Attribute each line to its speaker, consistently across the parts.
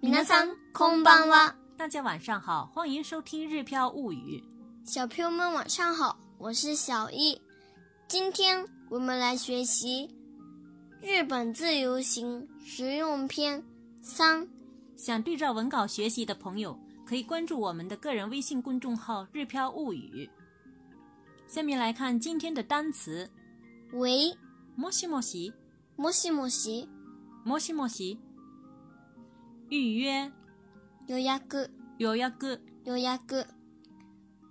Speaker 1: 皆さんこんばんは。
Speaker 2: 大家晚上好，欢迎收听《日飘物语》。
Speaker 1: 小朋友们晚上好，我是小易。今天我们来学习《日本自由行实用篇三》。
Speaker 2: 想对照文稿学习的朋友，可以关注我们的个人微信公众号“日飘物语”。下面来看今天的单词：
Speaker 1: 喂，
Speaker 2: もしもし、
Speaker 1: もしもし、
Speaker 2: もしもし。预约、
Speaker 1: 予約、
Speaker 2: 予約、
Speaker 1: 予約。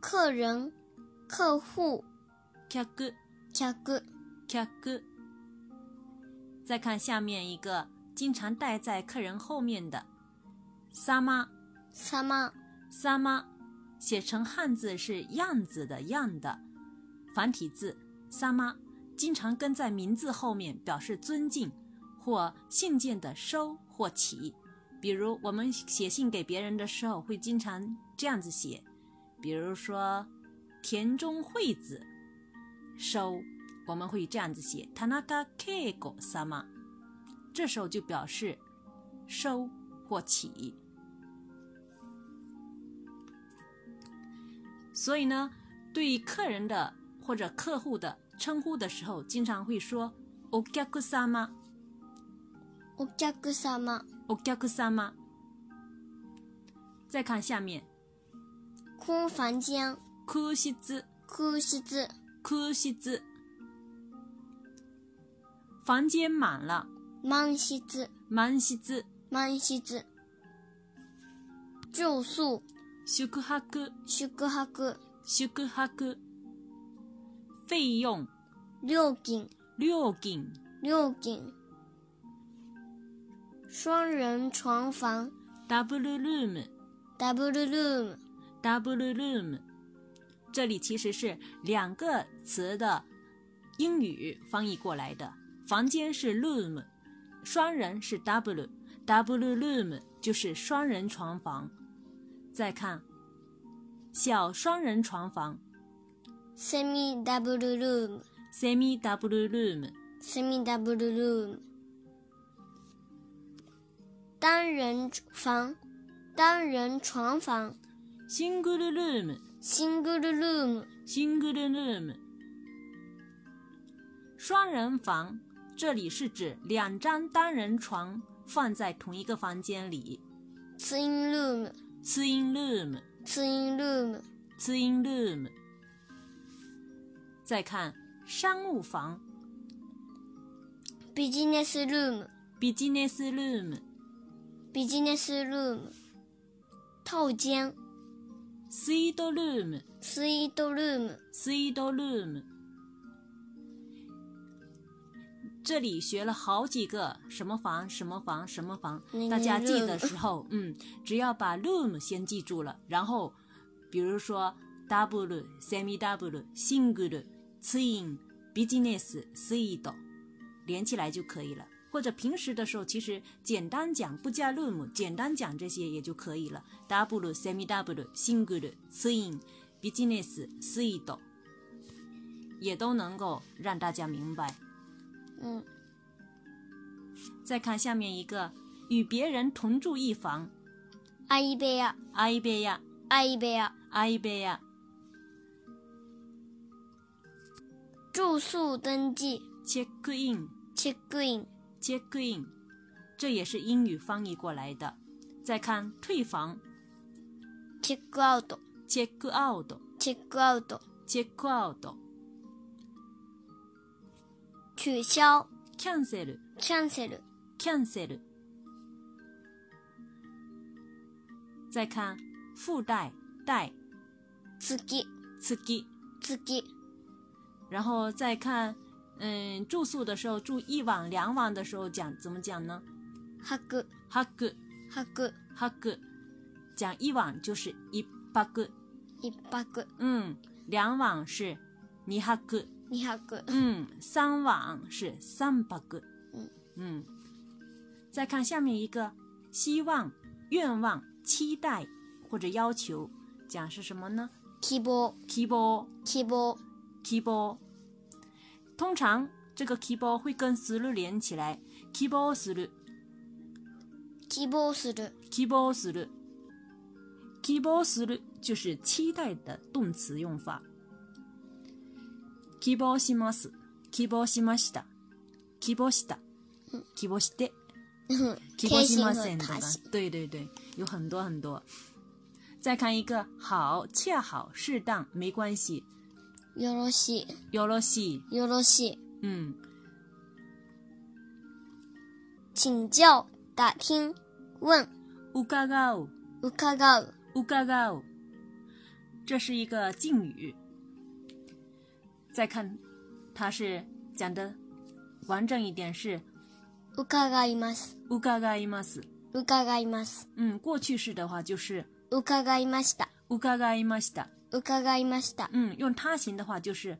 Speaker 1: 客人、客户、
Speaker 2: 客、
Speaker 1: 客。
Speaker 2: 客。再看下面一个经常带在客人后面的“撒妈
Speaker 1: 様、
Speaker 2: 撒妈”，写成汉字是“样子”的“样”的繁体字“撒妈”，经常跟在名字后面表示尊敬或信件的收或起。比如我们写信给别人的时候，会经常这样子写，比如说“田中惠子收”，我们会这样子写“田中恵子様”，这时候就表示收或起。所以呢，对客人的或者客户的称呼的时候，经常会说“お客様”。
Speaker 1: お客様、
Speaker 2: お客様。再看下面，
Speaker 1: 空房间、
Speaker 2: 空室、
Speaker 1: 空室、
Speaker 2: 空室。房间满了，
Speaker 1: 満室、
Speaker 2: 満室。
Speaker 1: 満室。住宿、
Speaker 2: 宿泊、
Speaker 1: 宿泊、
Speaker 2: 宿泊。费用、
Speaker 1: 料金、
Speaker 2: 料金、
Speaker 1: 料金。双人床房、
Speaker 2: double room、
Speaker 1: double room、
Speaker 2: double room，这里其实是两个词的英语翻译过来的。房间是 room，双人是 double，double room 就是双人床房。再看小双人床房
Speaker 1: semi double room、
Speaker 2: （semi double room），
Speaker 1: semi double room。单人房、单人床房、
Speaker 2: single room、
Speaker 1: single room、
Speaker 2: single room。双人房，这里是指两张单人床放在同一个房间里。
Speaker 1: twin room、
Speaker 2: 次音 room，
Speaker 1: twin room、
Speaker 2: 次音 room。再看商务房
Speaker 1: business room、
Speaker 2: （business room）、
Speaker 1: business room。套间
Speaker 2: suite room、
Speaker 1: suite room、
Speaker 2: suite room。这里学了好几个什么房、什么房、什么房
Speaker 1: 嗯，
Speaker 2: 大家记的时候，嗯，只要把 room 先记住了，然后比如说 double、semi double、single、twin、business、suite 连起来就可以了。或者平时的时候，其实简单讲不加 room，简单讲这些也就可以了。double、semi double、single、twin、business、suite 也都能够让大家明白。
Speaker 1: 嗯，
Speaker 2: 再看下面一个，与别人同住一房，
Speaker 1: 相部屋、
Speaker 2: 相部屋，
Speaker 1: 相部屋。
Speaker 2: 相部屋。
Speaker 1: 住宿登记
Speaker 2: check in
Speaker 1: check in、
Speaker 2: check in，这也是英语翻译过来的。再看退房
Speaker 1: check out、
Speaker 2: check out
Speaker 1: check out。
Speaker 2: check out
Speaker 1: 取消
Speaker 2: cancel
Speaker 1: cancel。
Speaker 2: cancel。再看附带带
Speaker 1: 月、
Speaker 2: 刺激，
Speaker 1: 月。
Speaker 2: 然后再看嗯住宿的时候住一晚两晚的时候讲怎么讲呢？
Speaker 1: 泊、
Speaker 2: 哈く
Speaker 1: 泊。
Speaker 2: 哈く，讲一晚就是一巴く。
Speaker 1: 一泊、
Speaker 2: 嗯，两晚是二哈く，
Speaker 1: 二泊。
Speaker 2: 嗯，三晚是三巴く，
Speaker 1: 嗯
Speaker 2: 嗯。再看下面一个，希望、愿望、期待或者要求，讲是什么呢？
Speaker 1: 希望、
Speaker 2: 希望、
Speaker 1: 希望、
Speaker 2: 希望。通常这个希望会跟する连起来，希望する、
Speaker 1: 希望する。
Speaker 2: 希望する。希望する就是期待的动词用法。希望します。希望しました。希望した。希望して。希望
Speaker 1: 贴
Speaker 2: し
Speaker 1: 心
Speaker 2: ま
Speaker 1: 和
Speaker 2: せん
Speaker 1: 踏
Speaker 2: 的
Speaker 1: 实。
Speaker 2: 对对对，有很多很多。再看一个，好，恰好，适当，没关系。
Speaker 1: よろし
Speaker 2: よろしい。
Speaker 1: い。よろしい。
Speaker 2: 嗯，
Speaker 1: 请教、打听、问、
Speaker 2: 伺う。
Speaker 1: 伺う。
Speaker 2: 伺う，这是一个敬语。再看，它是讲的完整一点是
Speaker 1: 伺います。
Speaker 2: 伺います。
Speaker 1: 伺います。
Speaker 2: 嗯，过去式的话就是
Speaker 1: 伺いました。
Speaker 2: 伺いました。
Speaker 1: 伺いました。
Speaker 2: 嗯，用他形的话就是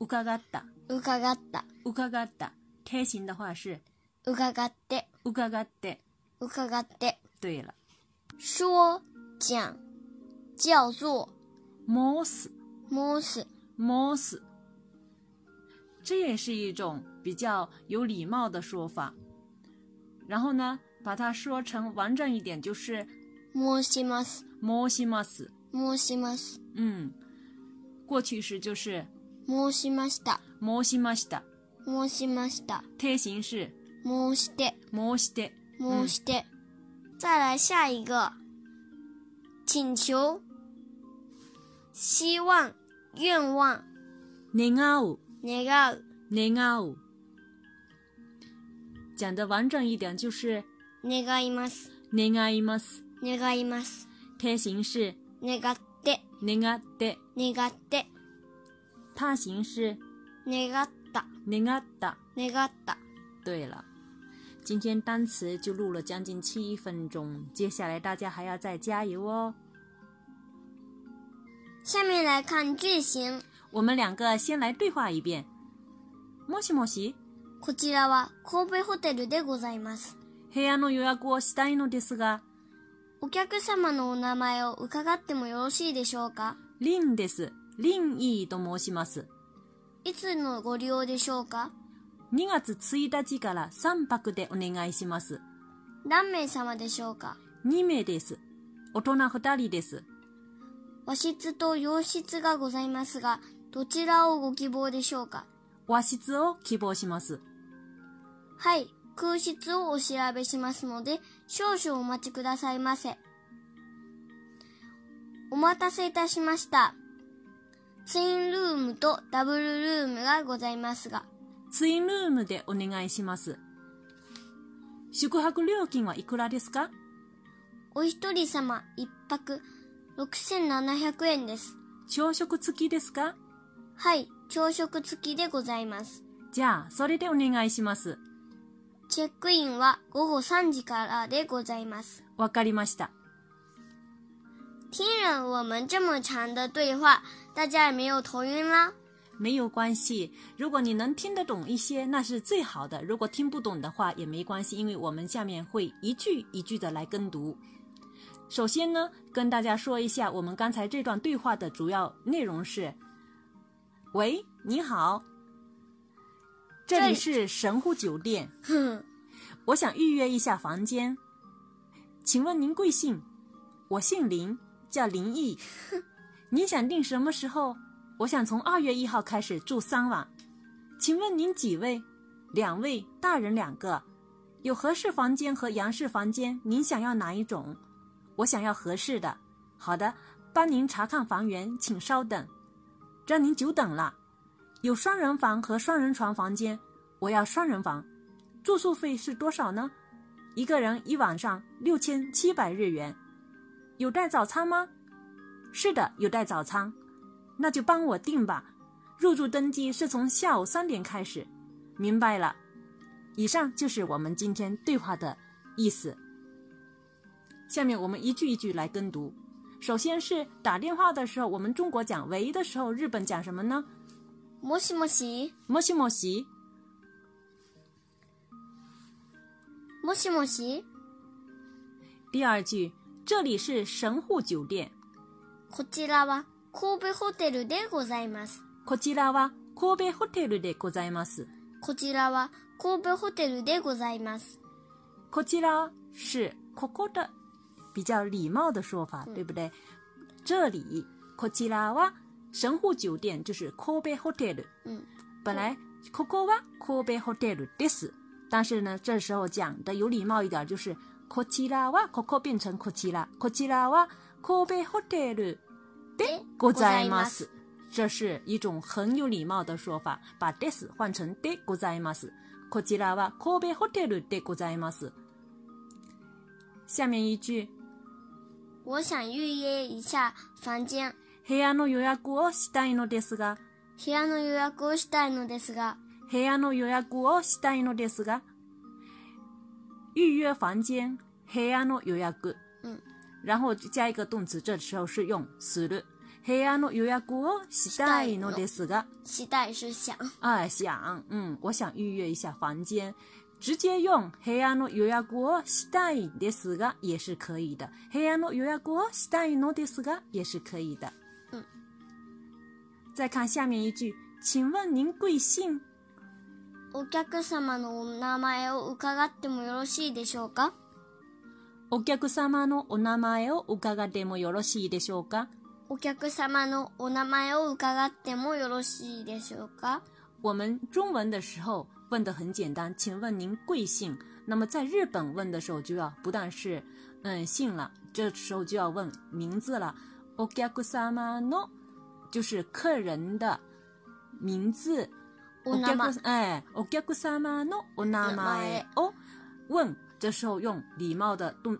Speaker 2: 伺った。
Speaker 1: 伺った。
Speaker 2: 伺った。他形的话是
Speaker 1: 伺って。
Speaker 2: 伺って。
Speaker 1: 伺って。
Speaker 2: 对了，
Speaker 1: 说、讲、叫做、
Speaker 2: 申す。
Speaker 1: 申す。
Speaker 2: 申す，这也是一种比较有礼貌的说法。然后呢，把它说成完整一点就是
Speaker 1: 申します。
Speaker 2: 申します。
Speaker 1: 申します。
Speaker 2: 嗯，过去式就是
Speaker 1: 申しました。
Speaker 2: 申しました，
Speaker 1: 申しました。
Speaker 2: 贴形是
Speaker 1: 申して。
Speaker 2: 申して。
Speaker 1: 申して。再来下一个，请求、希望、愿望、
Speaker 2: 嗯願う
Speaker 1: 願う、
Speaker 2: 願う，讲的完整一点就是
Speaker 1: 願います、
Speaker 2: 願います，
Speaker 1: 願います、
Speaker 2: 贴形是
Speaker 1: 願って、
Speaker 2: 願って，
Speaker 1: 願って、
Speaker 2: 他形是
Speaker 1: 願った、
Speaker 2: 願った。
Speaker 1: 願った。
Speaker 2: 对了，今天单词就录了将近七分钟，接下来大家还要再加油哦。
Speaker 1: 下面来看句型，
Speaker 2: 我们两个先来对话一遍。もしもし、
Speaker 1: こちらは神戸ホテルでございます。
Speaker 2: 部屋の予約をしたいのですが、
Speaker 1: お客様のお名前を伺ってもよろしいでしょうか
Speaker 2: リンです。リンイーと申します。
Speaker 1: いつのご利用でしょうか
Speaker 2: 2月1日から3泊でお願いします。
Speaker 1: 何名様でしょうか
Speaker 2: 2名です。大人2人です。
Speaker 1: 和室と洋室がございますが、どちらをご希望でしょうか
Speaker 2: 和室を希望します。
Speaker 1: はい、空室をお調べしますので、少々お待ちくださいませ。お待たせいたしました。ツインルームとダブルルームがございますが、
Speaker 2: ツインルームでお願いします。宿泊料金はいくらですか
Speaker 1: お一人様一泊6700円です。
Speaker 2: 朝食付きですか
Speaker 1: はい、朝食付きでございます。
Speaker 2: じゃあ、それでお願いします。
Speaker 1: チェックインは午後3時からでございます。
Speaker 2: わかりました。
Speaker 1: 听了我们这么长的对话，大家也没有头晕吗？
Speaker 2: 没有关系，如果你能听得懂一些，那是最好的。如果听不懂的话也没关系，因为我们下面会一句一句的来跟读。首先呢，跟大家说一下，我们刚才这段对话的主要内容是：喂，你好，这里是神户酒店，
Speaker 1: 哼，
Speaker 2: 我想预约一下房间，请问您贵姓？我姓林，叫林毅。您想定什么时候？我想从二月一号开始住三晚，请问您几位？两位，大人两个。有合适房间和洋式房间，您想要哪一种？我想要合适的。好的，帮您查看房源，请稍等，让您久等了。有双人房和双人床房间，我要双人房。住宿费是多少呢？一个人一晚上六千七百日元。有带早餐吗？是的，有带早餐。那就帮我订吧。入住登记是从下午三点开始。明白了。以上就是我们今天对话的意思。下面我们一句一句来跟读。首先是打电话的时候，我们中国讲“喂”的时候，日本讲什么呢？
Speaker 1: もしもし、
Speaker 2: もしもし。
Speaker 1: もしもし、
Speaker 2: 第二句，这里是神户酒店。
Speaker 1: こちらは神戸ホテルでございます。
Speaker 2: こちらは神戸ホテルでございます。
Speaker 1: こちらは神戸ホテルでございます。
Speaker 2: こちら是ここ的，比较礼貌的说法，
Speaker 1: 嗯
Speaker 2: 对不对？这里こちらは神户酒店就是神戸ホテル。
Speaker 1: 嗯，
Speaker 2: 本来ここは神戸ホテルです，但是呢，这时候讲的有礼貌一点，就是こちらはここ变成こちら，こちらは神戸ホテルでございます。这是一种很有礼貌的说法，把 this 换成でございます。こちらは神戸ホテルでございます。下面一句，
Speaker 1: 我想预约一下房间。
Speaker 2: 部屋の予約をしたいのですが、
Speaker 1: 部屋の予約をしたいのですが、
Speaker 2: 部屋の予約をしたいのですが、预约房间，部屋の予約，
Speaker 1: 嗯，
Speaker 2: 然后加一个动词，这时候是用する。部屋の予約をしたいのですが，
Speaker 1: 期待是想。
Speaker 2: 啊，想，嗯，我想预约一下房间，直接用部屋の予約をしたいですが也是可以的。部屋の予約をしたいのですが也是可以的。
Speaker 1: 嗯，
Speaker 2: 再看下面一句，请问您贵姓？
Speaker 1: お客様のお名前を伺ってもよろしいでしょうか
Speaker 2: お客様のお名前を伺ってもよろしいでしょうか
Speaker 1: お客様のお名前を伺ってもよろしいでしょうか
Speaker 2: 我们中文的时候问的很简单，请问您贵姓？那么在日本问的时候就要不但是嗯姓了，这时候就要问名字了。お客様の就是客人的名字。
Speaker 1: お名前
Speaker 2: お客哎，お客様のお名前を哦问，这时候用礼貌的动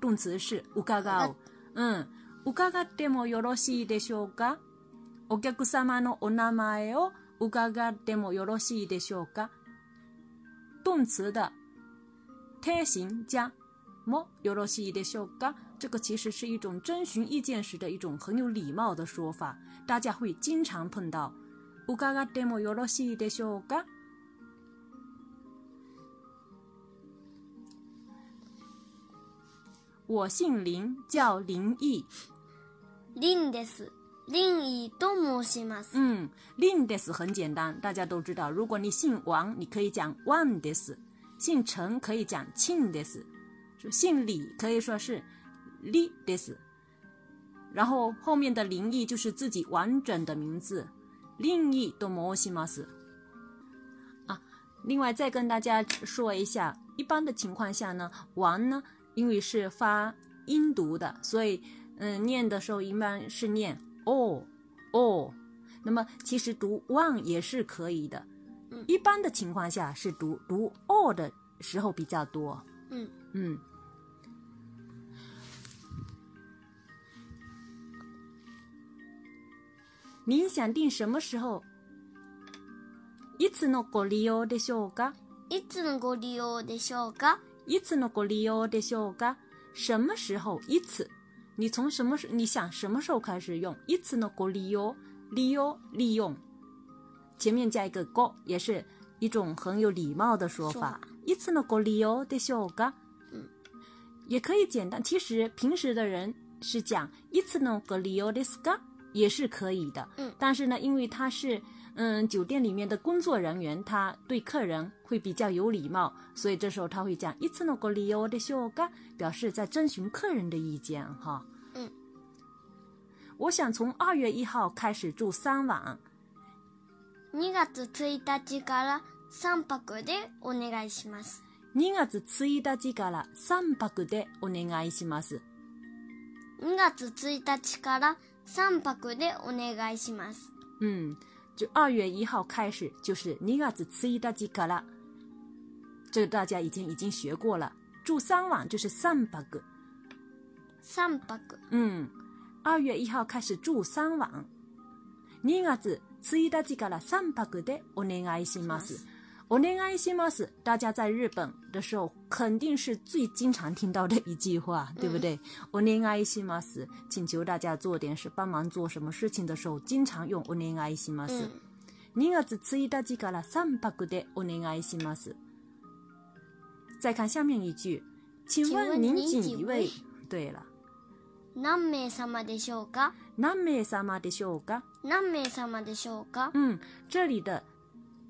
Speaker 2: 动词是伺う。嗯，伺ってもよろしいでしょうか？お客様のお名前を伺ってもよろしいでしょうか？动词的贴形加もよろしいでしょうか？这个其实是一种征询意见时的一种很有礼貌的说法，大家会经常碰到。伺ってもよろしいでしょうか？我姓林，叫林毅。
Speaker 1: 凛です。凛意と申します。
Speaker 2: 嗯，令 this 很简单，大家都知道。如果你姓王，你可以讲 one this；姓陈可以讲 qing this；就姓李可以说是 li this。然后后面的林毅就是自己完整的名字，林毅多摩西马斯。啊，另外再跟大家说一下，一般的情况下呢，王呢，因为是发音读的，所以嗯，念的时候一般是念 o o。那么其实读 one 也是可以的
Speaker 1: 嗯，
Speaker 2: 一般的情况下是读读 all 的时候比较多。
Speaker 1: うん。
Speaker 2: 嗯，您想定什么时候？いつのご利用でしょうか？
Speaker 1: いつのご利用でしょうか
Speaker 2: いつのご利用でしょうか？什么时候？いつ？你从什么时？你想什么时候开始用？いつのご利用？利用利用，前面加一个ご，也是一种很有礼貌的说
Speaker 1: 说
Speaker 2: 法
Speaker 1: 法。
Speaker 2: いつのご利用でしょうか？
Speaker 1: 嗯，
Speaker 2: 也可以简单。其实平时的人是讲いつのご利用ですか？也是可以的。
Speaker 1: 嗯
Speaker 2: 但是呢，因为他是嗯酒店里面的工作人员，他对客人会比较有礼貌，所以这时候他会讲いつのご利用でしょうか，表示在征询客人的意见哈。
Speaker 1: 嗯，
Speaker 2: 我想从二月一号开始住三晚。
Speaker 1: ?2 月1日から3泊でお願いします。
Speaker 2: 2月1日から3泊でお願いします。
Speaker 1: 2月1日から3泊でお願いします。
Speaker 2: 嗯，就2月1号开始就是2月1日啊から。这个大家以前已经学过了。住三晚就是3泊。
Speaker 1: 3泊。
Speaker 2: 嗯，2月1号开始住三晚。2月1日から3泊でお願いします。お願いします，大家在日本的时候肯定是最经常听到的一句话，对不对？お願いします，请求大家做点事，帮忙做什么事情的时候，经常用お願いしま
Speaker 1: う
Speaker 2: す。
Speaker 1: ん。
Speaker 2: 2月1日から3泊でお願いします。再看下面一句，请问您
Speaker 1: 请问您
Speaker 2: 几
Speaker 1: 几
Speaker 2: 位
Speaker 1: 位？
Speaker 2: 对了，
Speaker 1: 何名様でしょうか
Speaker 2: 何名様でしょうか？
Speaker 1: 何名様でしょうか
Speaker 2: 嗯，这里的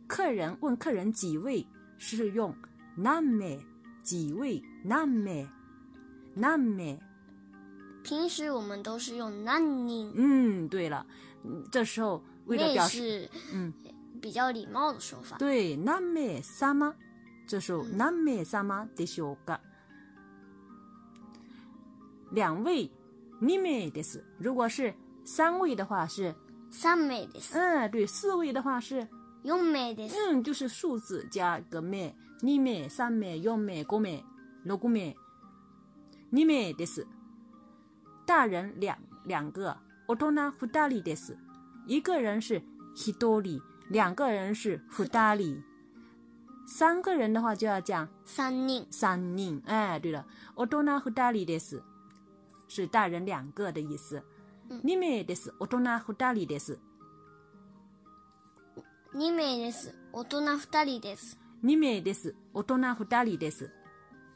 Speaker 2: 客人问客人几位是用何名几位何名何名。
Speaker 1: 平时我们都是用那您，
Speaker 2: 嗯，对了，嗯这时候为了
Speaker 1: 那
Speaker 2: 表
Speaker 1: 也
Speaker 2: 示，
Speaker 1: 是
Speaker 2: 嗯，
Speaker 1: 比较礼貌的说法。
Speaker 2: 对，何名様，这时候
Speaker 1: 嗯
Speaker 2: 何名様でしょうか？两位，二名です。如果是三位的话是，
Speaker 1: 三枚です。
Speaker 2: 嗯，对，四位的话是，
Speaker 1: 四枚です。
Speaker 2: 嗯，就是数字加个名，二名、三名、四名、五名、六名，二名です。大人两两个，大人二人です。一个人是一人，两个人是二人，三个人的话就要讲
Speaker 1: 三人。
Speaker 2: 三人。哎，对了，大人二人です，是大人两个的意思。
Speaker 1: 嗯
Speaker 2: 二名です。大人二人です。
Speaker 1: 二名です。大人二人です。
Speaker 2: 二名です。大人二人です。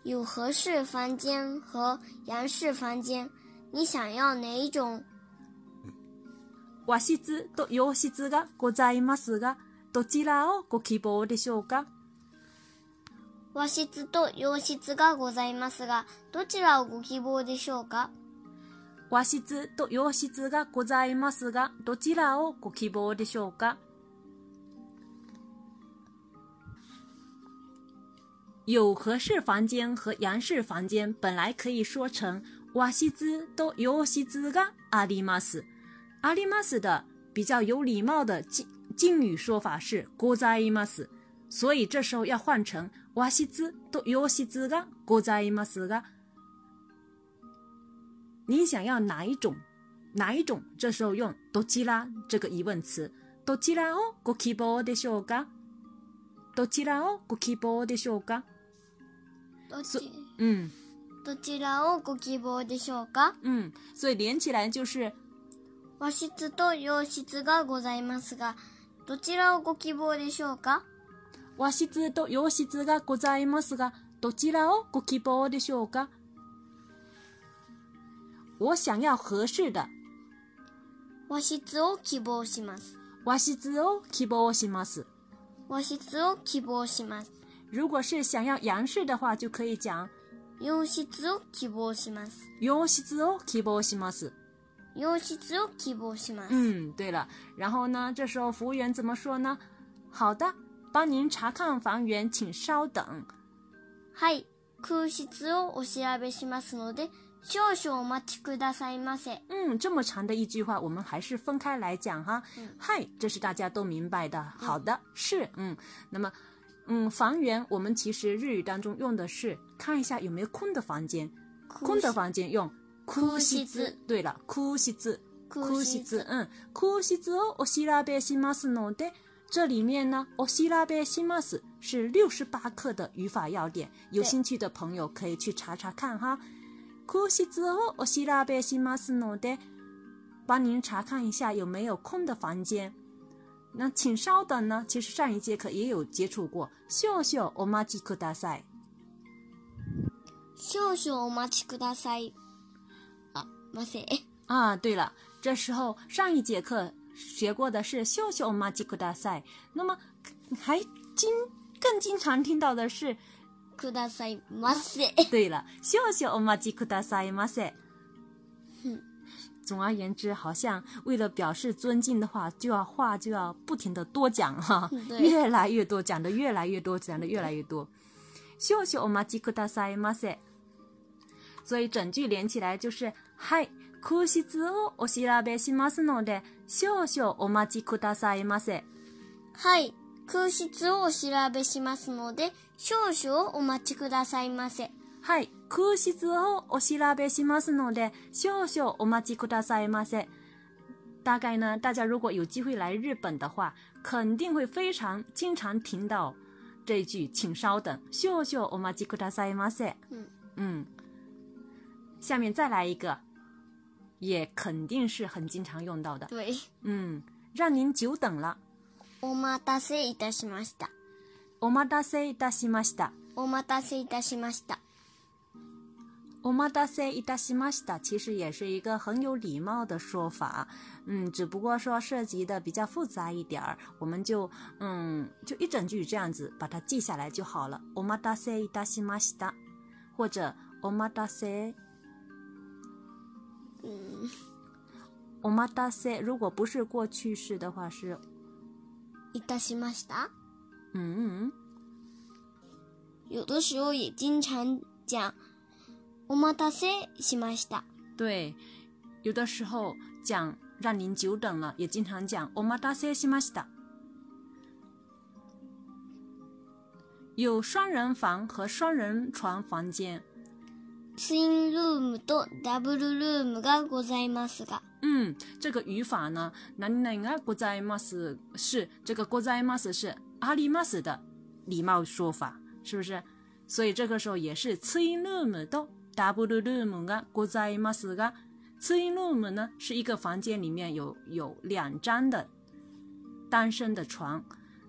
Speaker 1: 有和式房间和洋式房间，你想要哪一种？
Speaker 2: 和室と洋室がございますが、どちらをご希望でしょうか
Speaker 1: 和室と洋室がございますが、どちらをご希望でしょうか
Speaker 2: 和室と洋室がございますが、どちらをご希望でしょうか有和室房间和洋室房间本来可以说成和室と洋室があります。あります的比较有礼貌的敬敬语说法是ございます，所以这时候要换成和室と洋室がございますが。你想要哪一种？哪一种？这时候用どちら这个疑问词。どちらをご希望でしょうか？どちらをご希望でしょうか？
Speaker 1: ど
Speaker 2: そ
Speaker 1: ち
Speaker 2: 嗯
Speaker 1: どちらをご希望でしょうか
Speaker 2: 嗯，所以连起来就是
Speaker 1: 和室と洋室がございますが、どちらをご希望でしょうか
Speaker 2: 和室と洋室がございますが、どちらをご希望でしょうか？我想要合适的
Speaker 1: 和室を希望します。
Speaker 2: 和室を希望します。
Speaker 1: 和室を希望します。
Speaker 2: 如果是想要洋式的话，就可以讲
Speaker 1: 洋室を希望します。
Speaker 2: 洋室を希望します。
Speaker 1: 洋室を希望します。
Speaker 2: 嗯，对了，然后呢，这时候服务员怎么说呢？好的，帮您查看房源，请稍等。
Speaker 1: はい、空室をお調べしますので、少々お待ちくださいませ。
Speaker 2: 嗯，这么长的一句话，我们还是分开来讲哈
Speaker 1: 嗯。
Speaker 2: 嗨、这是大家都明白的。好的，是嗯。那么，嗯，房源我们其实日语当中用的是看一下有没有空的房间，空的房间用空
Speaker 1: 室
Speaker 2: 室。对了，空室。
Speaker 1: 空
Speaker 2: 室
Speaker 1: 室。
Speaker 2: 嗯，空室をお調べしますので，这里面呢，お調べします是六十八课的语法要点，有
Speaker 1: 对
Speaker 2: 兴趣的朋友可以去查查看哈。空室をお調べしますので，帮您查看一下有没有空的房间。那请稍等呢，其实上一节课也有接触过。少々お待ちください。
Speaker 1: 少々お待ちください。あ、ませ。
Speaker 2: 啊，对了，这时候上一节课学过的是秀秀马吉库大赛，那么还经更经常听到的是，
Speaker 1: くださいませ。
Speaker 2: 对了，秀秀马吉库大赛马赛
Speaker 1: 嗯。
Speaker 2: 总而言之，好像为了表示尊敬的话，就要话就要不停的多讲哈、
Speaker 1: 对
Speaker 2: 越来越多，讲的越来越多，讲的越来越多。秀秀马吉库大赛马赛。所以整句连起来就是はい、空室をお調べしますので、少々お待ちくださいませ。
Speaker 1: はい、空室をお調べしますので、少々お待ちくださいませ。
Speaker 2: はい、空室をお調べしますので、少々お待ちくださいませ。大概呢，大家如果有机会来日本的话，肯定会非常经常听到这一句“请稍等”，少々お待ちくださいませ。
Speaker 1: 嗯
Speaker 2: 嗯，下面再来一个，也肯定是很经常用到的。
Speaker 1: 对。
Speaker 2: 嗯，让您久等了。
Speaker 1: お待たせいたしました。
Speaker 2: お待たせいたしました。
Speaker 1: お待たせいたしました。
Speaker 2: お待たせいたしました，其实也是一个很有礼貌的说法，嗯，只不过说涉及的比较复杂一点儿，我们就嗯就一整句这样子把它记下来就好了。お待たせいたしました。或者 omatase。
Speaker 1: 嗯
Speaker 2: omatase 如果不是过去式的话是，
Speaker 1: いたしました。
Speaker 2: 嗯嗯
Speaker 1: 有的时候也经常讲お待たせしました。
Speaker 2: 对，有的时候讲让您久等了，也经常讲 omatase shimashita。有双人房和双人床房间，
Speaker 1: ツインルームとダブルルームがございますが、
Speaker 2: 嗯，这个语法呢，何々がございます是这个ございます是あります的礼貌说法，是不是？所以这个时候也是ツインルームとダブルルームがございますが，ツインルーム呢是一个房间里面有有两张的单身的床，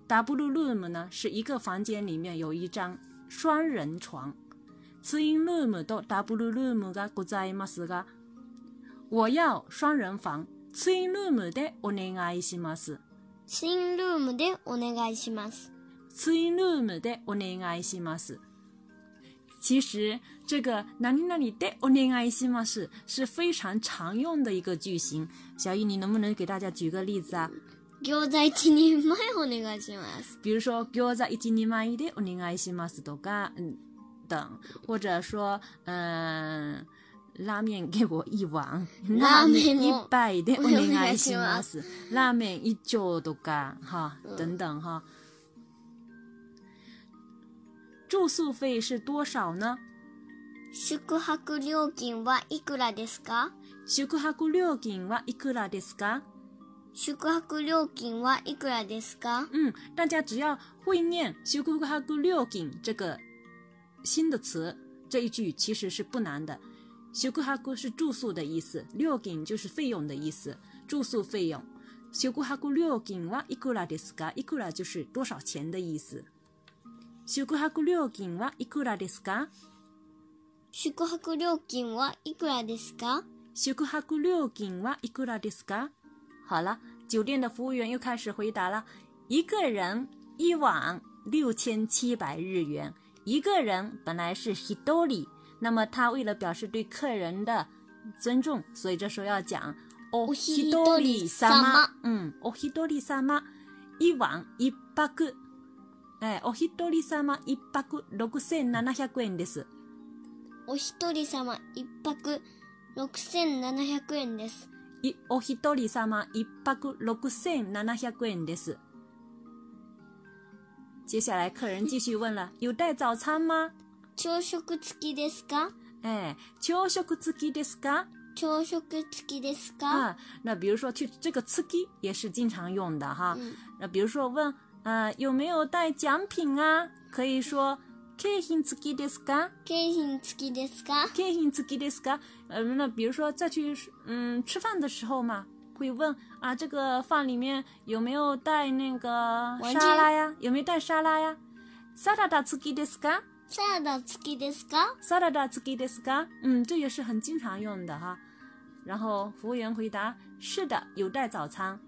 Speaker 2: ダブルルーム呢是一个房间里面有一张双人床。ツインルームとダブルルームがございますが。我要双人房，twin room でお願いします。
Speaker 1: ツインルームでお願いします。
Speaker 2: twin room でお願いします。其实这个哪里哪里でお願いします是非常常用的一个句型。小易，你能不能给大家举个例子啊？
Speaker 1: 餃子一人前お願いします。
Speaker 2: 比如说餃子一人前でお願いしますとか，嗯，等，或者说，嗯、拉面给我一碗，
Speaker 1: ラーメン
Speaker 2: 一
Speaker 1: を
Speaker 2: 杯でお願いしま。
Speaker 1: お願いします
Speaker 2: ラーメン一丁とか，哈，等等哈。住宿费是多少呢？
Speaker 1: 宿泊料金はいくらですか
Speaker 2: 宿泊料金はいくらですか？
Speaker 1: 宿泊料金はいくらですか
Speaker 2: 嗯，大家只要会念“修库哈古六景”这个新的词，这一句其实是不难的。修库哈古是住宿的意思，六景就是费用的意思，住宿费用。修库哈古六景哇いくらですか？いくら就是多少钱的意思。修库哈古六景哇いくらですか？
Speaker 1: 宿泊料金はいくらですか
Speaker 2: 宿泊料金はいくらですか？好了，酒店的服务员又开始回答了：一个人一晚六千七百日元。一个人本来是 hidori，那么他为了表示对客人的尊重，所以这时候要讲お一人様。嗯，お一人様一晚一泊。哎，お一人様一泊六千七百円です。
Speaker 1: お一人様一泊6700円です。
Speaker 2: 一お一人様一泊六千七百円です。接下来客人继续问了：有带早餐吗？
Speaker 1: 朝食付きですか
Speaker 2: 哎，朝食付きですか？
Speaker 1: 朝食付きですか、
Speaker 2: 啊，那比如说去这个付き也是经常用的哈。
Speaker 1: 嗯
Speaker 2: 那比如说问，呃，有没有带奖品啊？可以说景品付きですか？
Speaker 1: 景品付きですか
Speaker 2: 景品付きですか？呃，那比如说再去嗯吃饭的时候嘛，会问啊，这个饭里面有没有带那个
Speaker 1: 具
Speaker 2: 沙拉呀？有没有带沙拉呀？サラダ付きですか？
Speaker 1: サラダ付きですか
Speaker 2: サラダ付きですか？嗯，这也是很经常用的哈。然后服务员回答：是的，有带早餐。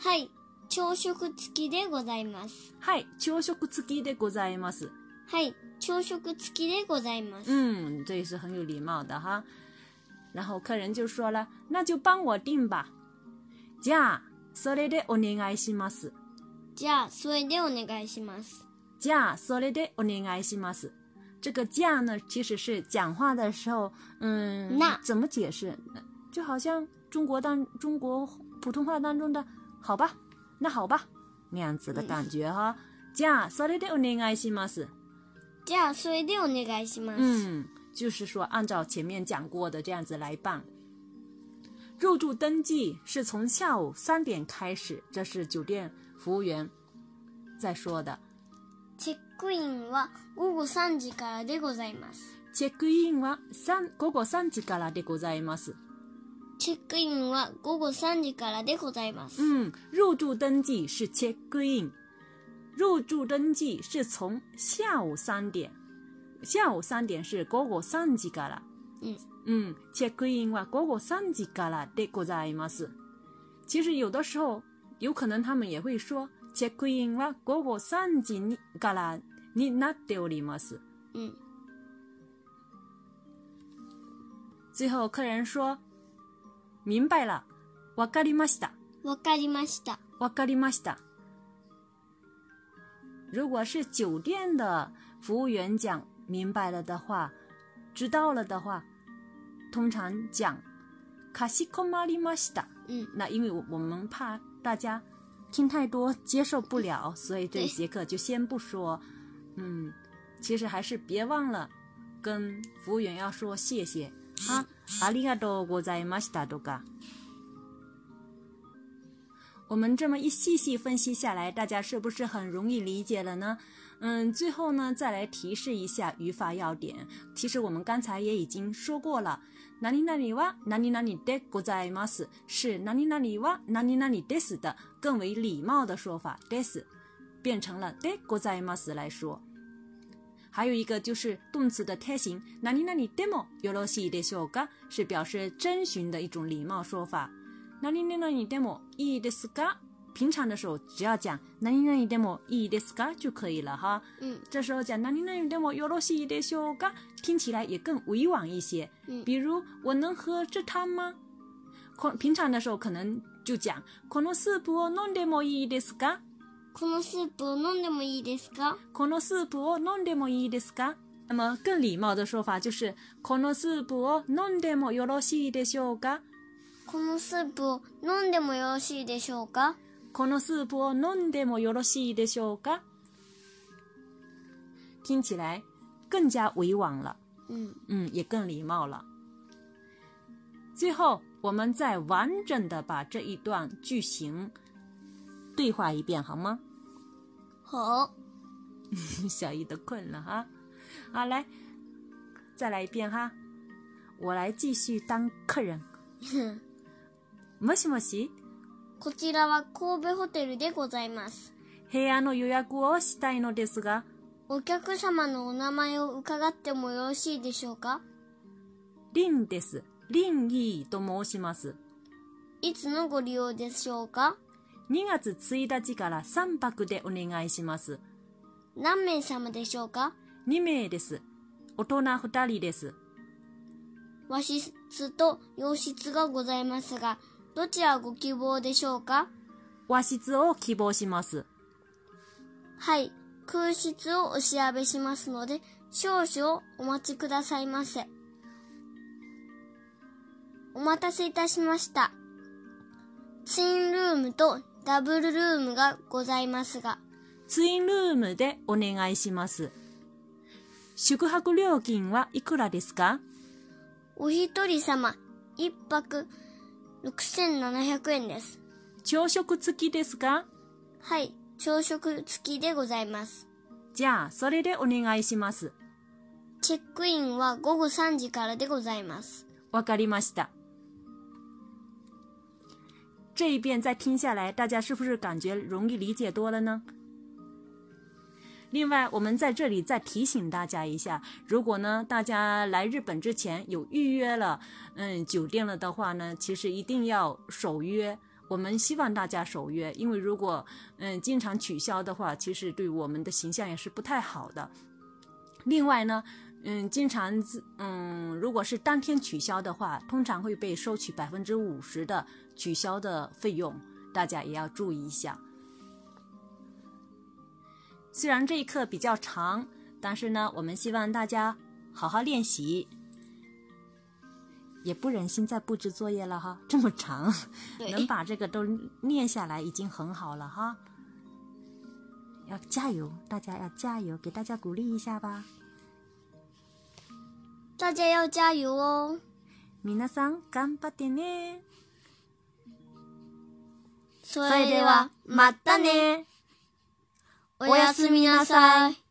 Speaker 1: はい。朝食付きでございます。
Speaker 2: はい、朝食付きでございます。
Speaker 1: はい。朝食付きでございます。
Speaker 2: 嗯，这也是很有礼貌的哈。然后客人就说了：“那就帮我订吧。”じゃあ、それでお願いします。
Speaker 1: じゃあ、それでお願いします。
Speaker 2: じゃあ、それでお願いします。这个“じゃあ”呢，其实是讲话的时候，嗯，
Speaker 1: 那
Speaker 2: 怎么解释？就好像中国当中国普通话当中的“好吧”，那好吧那样子的感觉哈。じゃあ、それでお願いします。
Speaker 1: じゃあ、それでお願いします。
Speaker 2: 嗯，就是说按照前面讲过的这样子来办。入住登记是从下午三点开始，这是酒店服务员在说的。
Speaker 1: チェックインは午後3時からでございます。
Speaker 2: チェックインは三午後3時からでございます。
Speaker 1: チェックインは午後3時からでございます。
Speaker 2: 嗯，入住登记是 check in，入住登记是从下午三点，下午三点是午後三時から。
Speaker 1: 嗯
Speaker 2: 嗯，check in は午後三時からでございます。其实有的时候，有可能他们也会说 check in は午後三時にからになっております。
Speaker 1: うん。
Speaker 2: 最后客人说：“明白了，わかりました，
Speaker 1: わかりました。
Speaker 2: わかりました。”如果是酒店的服务员讲“明白了”的话，知道了的话，通常讲“かしこまりました”。
Speaker 1: 嗯，
Speaker 2: 那因为我我们怕大家听太多接受不了，所以这
Speaker 1: 对
Speaker 2: 一节课就先不说。嗯，其实还是别忘了跟服务员要说谢谢啊，ありがとうございましたとか。我们这么一细细分析下来，大家是不是很容易理解了呢？嗯，最后呢，再来提示一下语法要点。其实我们刚才也已经说过了，哪里哪里哇，哪里哪里でございます是哪里哪里哇，哪里哪里です的更为礼貌的说法です，变成了でございます来说。还有一个就是动词的泰形，哪里哪里でもよろしいでしょうか，是表示征询的一种礼貌说法。哪里哪里でもいいですか？平常的时候只要讲哪里哪里でもいいですか就可以了哈。
Speaker 1: 嗯
Speaker 2: 这时候讲哪里哪里でもよろしいでしょうか，听起来也更委婉一些。
Speaker 1: 嗯
Speaker 2: 比如我能喝这汤吗？可平常的时候可能就讲このスープを飲んでもいいですか？
Speaker 1: このスープを飲んでもいいですか？
Speaker 2: このスープを飲んでもいいですか？那么更礼貌的说法就是このスープを飲んでもよろしいでしょうか？
Speaker 1: このスープを飲んでもよろしいでしょうか？
Speaker 2: このスープを飲んでもよろしいでしょうか？听起来更加委婉了。
Speaker 1: 嗯，
Speaker 2: 嗯，也更礼貌了。最后，我们再完整的把这一段句型对话一遍，好吗？
Speaker 1: 好。
Speaker 2: 小易都困了哈。好，来，再来一遍哈。我来继续当客人。もしもし、
Speaker 1: こちらは神戸ホテルでございます。
Speaker 2: 部屋の予約をしたいのですが、
Speaker 1: お客様のお名前を伺ってもよろしいでしょうか？
Speaker 2: リンです。リンイーと申します。
Speaker 1: いつのご利用でしょうか？
Speaker 2: 2月1日から3泊でお願いします。
Speaker 1: 何名様でしょうか？
Speaker 2: 2名です。大人2人です。
Speaker 1: 和室と洋室がございますが、どちらご希望でしょうか？
Speaker 2: 和室を希望します。
Speaker 1: はい、空室をお調べしますので、少々お待ちくださいませ。お待たせいたしました。ツインルームとダブルルームがございますが、
Speaker 2: ツインルームでお願いします。宿泊料金はいくらですか
Speaker 1: お一人様、一泊6700円です。
Speaker 2: 朝食付きですか
Speaker 1: はい、朝食付きでございます。
Speaker 2: じゃあ、それでお願いします。
Speaker 1: チェックインは午後3時からでございます。
Speaker 2: わかりました。这一遍再听下来，大家是不是感觉容易理解多了呢？另外，我们在这里再提醒大家一下，如果呢大家来日本之前有预约了，嗯，酒店了的话呢，其实一定要守约。我们希望大家守约，因为如果嗯经常取消的话，其实对我们的形象也是不太好的。另外呢，嗯，经常自嗯，如果是当天取消的话，通常会被收取百分之五十的取消的费用，大家也要注意一下。虽然这一课比较长，但是呢，我们希望大家好好练习，也不忍心再布置作业了哈， 这么长。
Speaker 1: 对
Speaker 2: 能把这个都念下来已经很好了哈。要加油，大家要加油，给大家鼓励一下吧。
Speaker 1: 大家要加油哦。
Speaker 2: 皆さん頑張ってね。
Speaker 1: それでは、またね。おやすみなさい。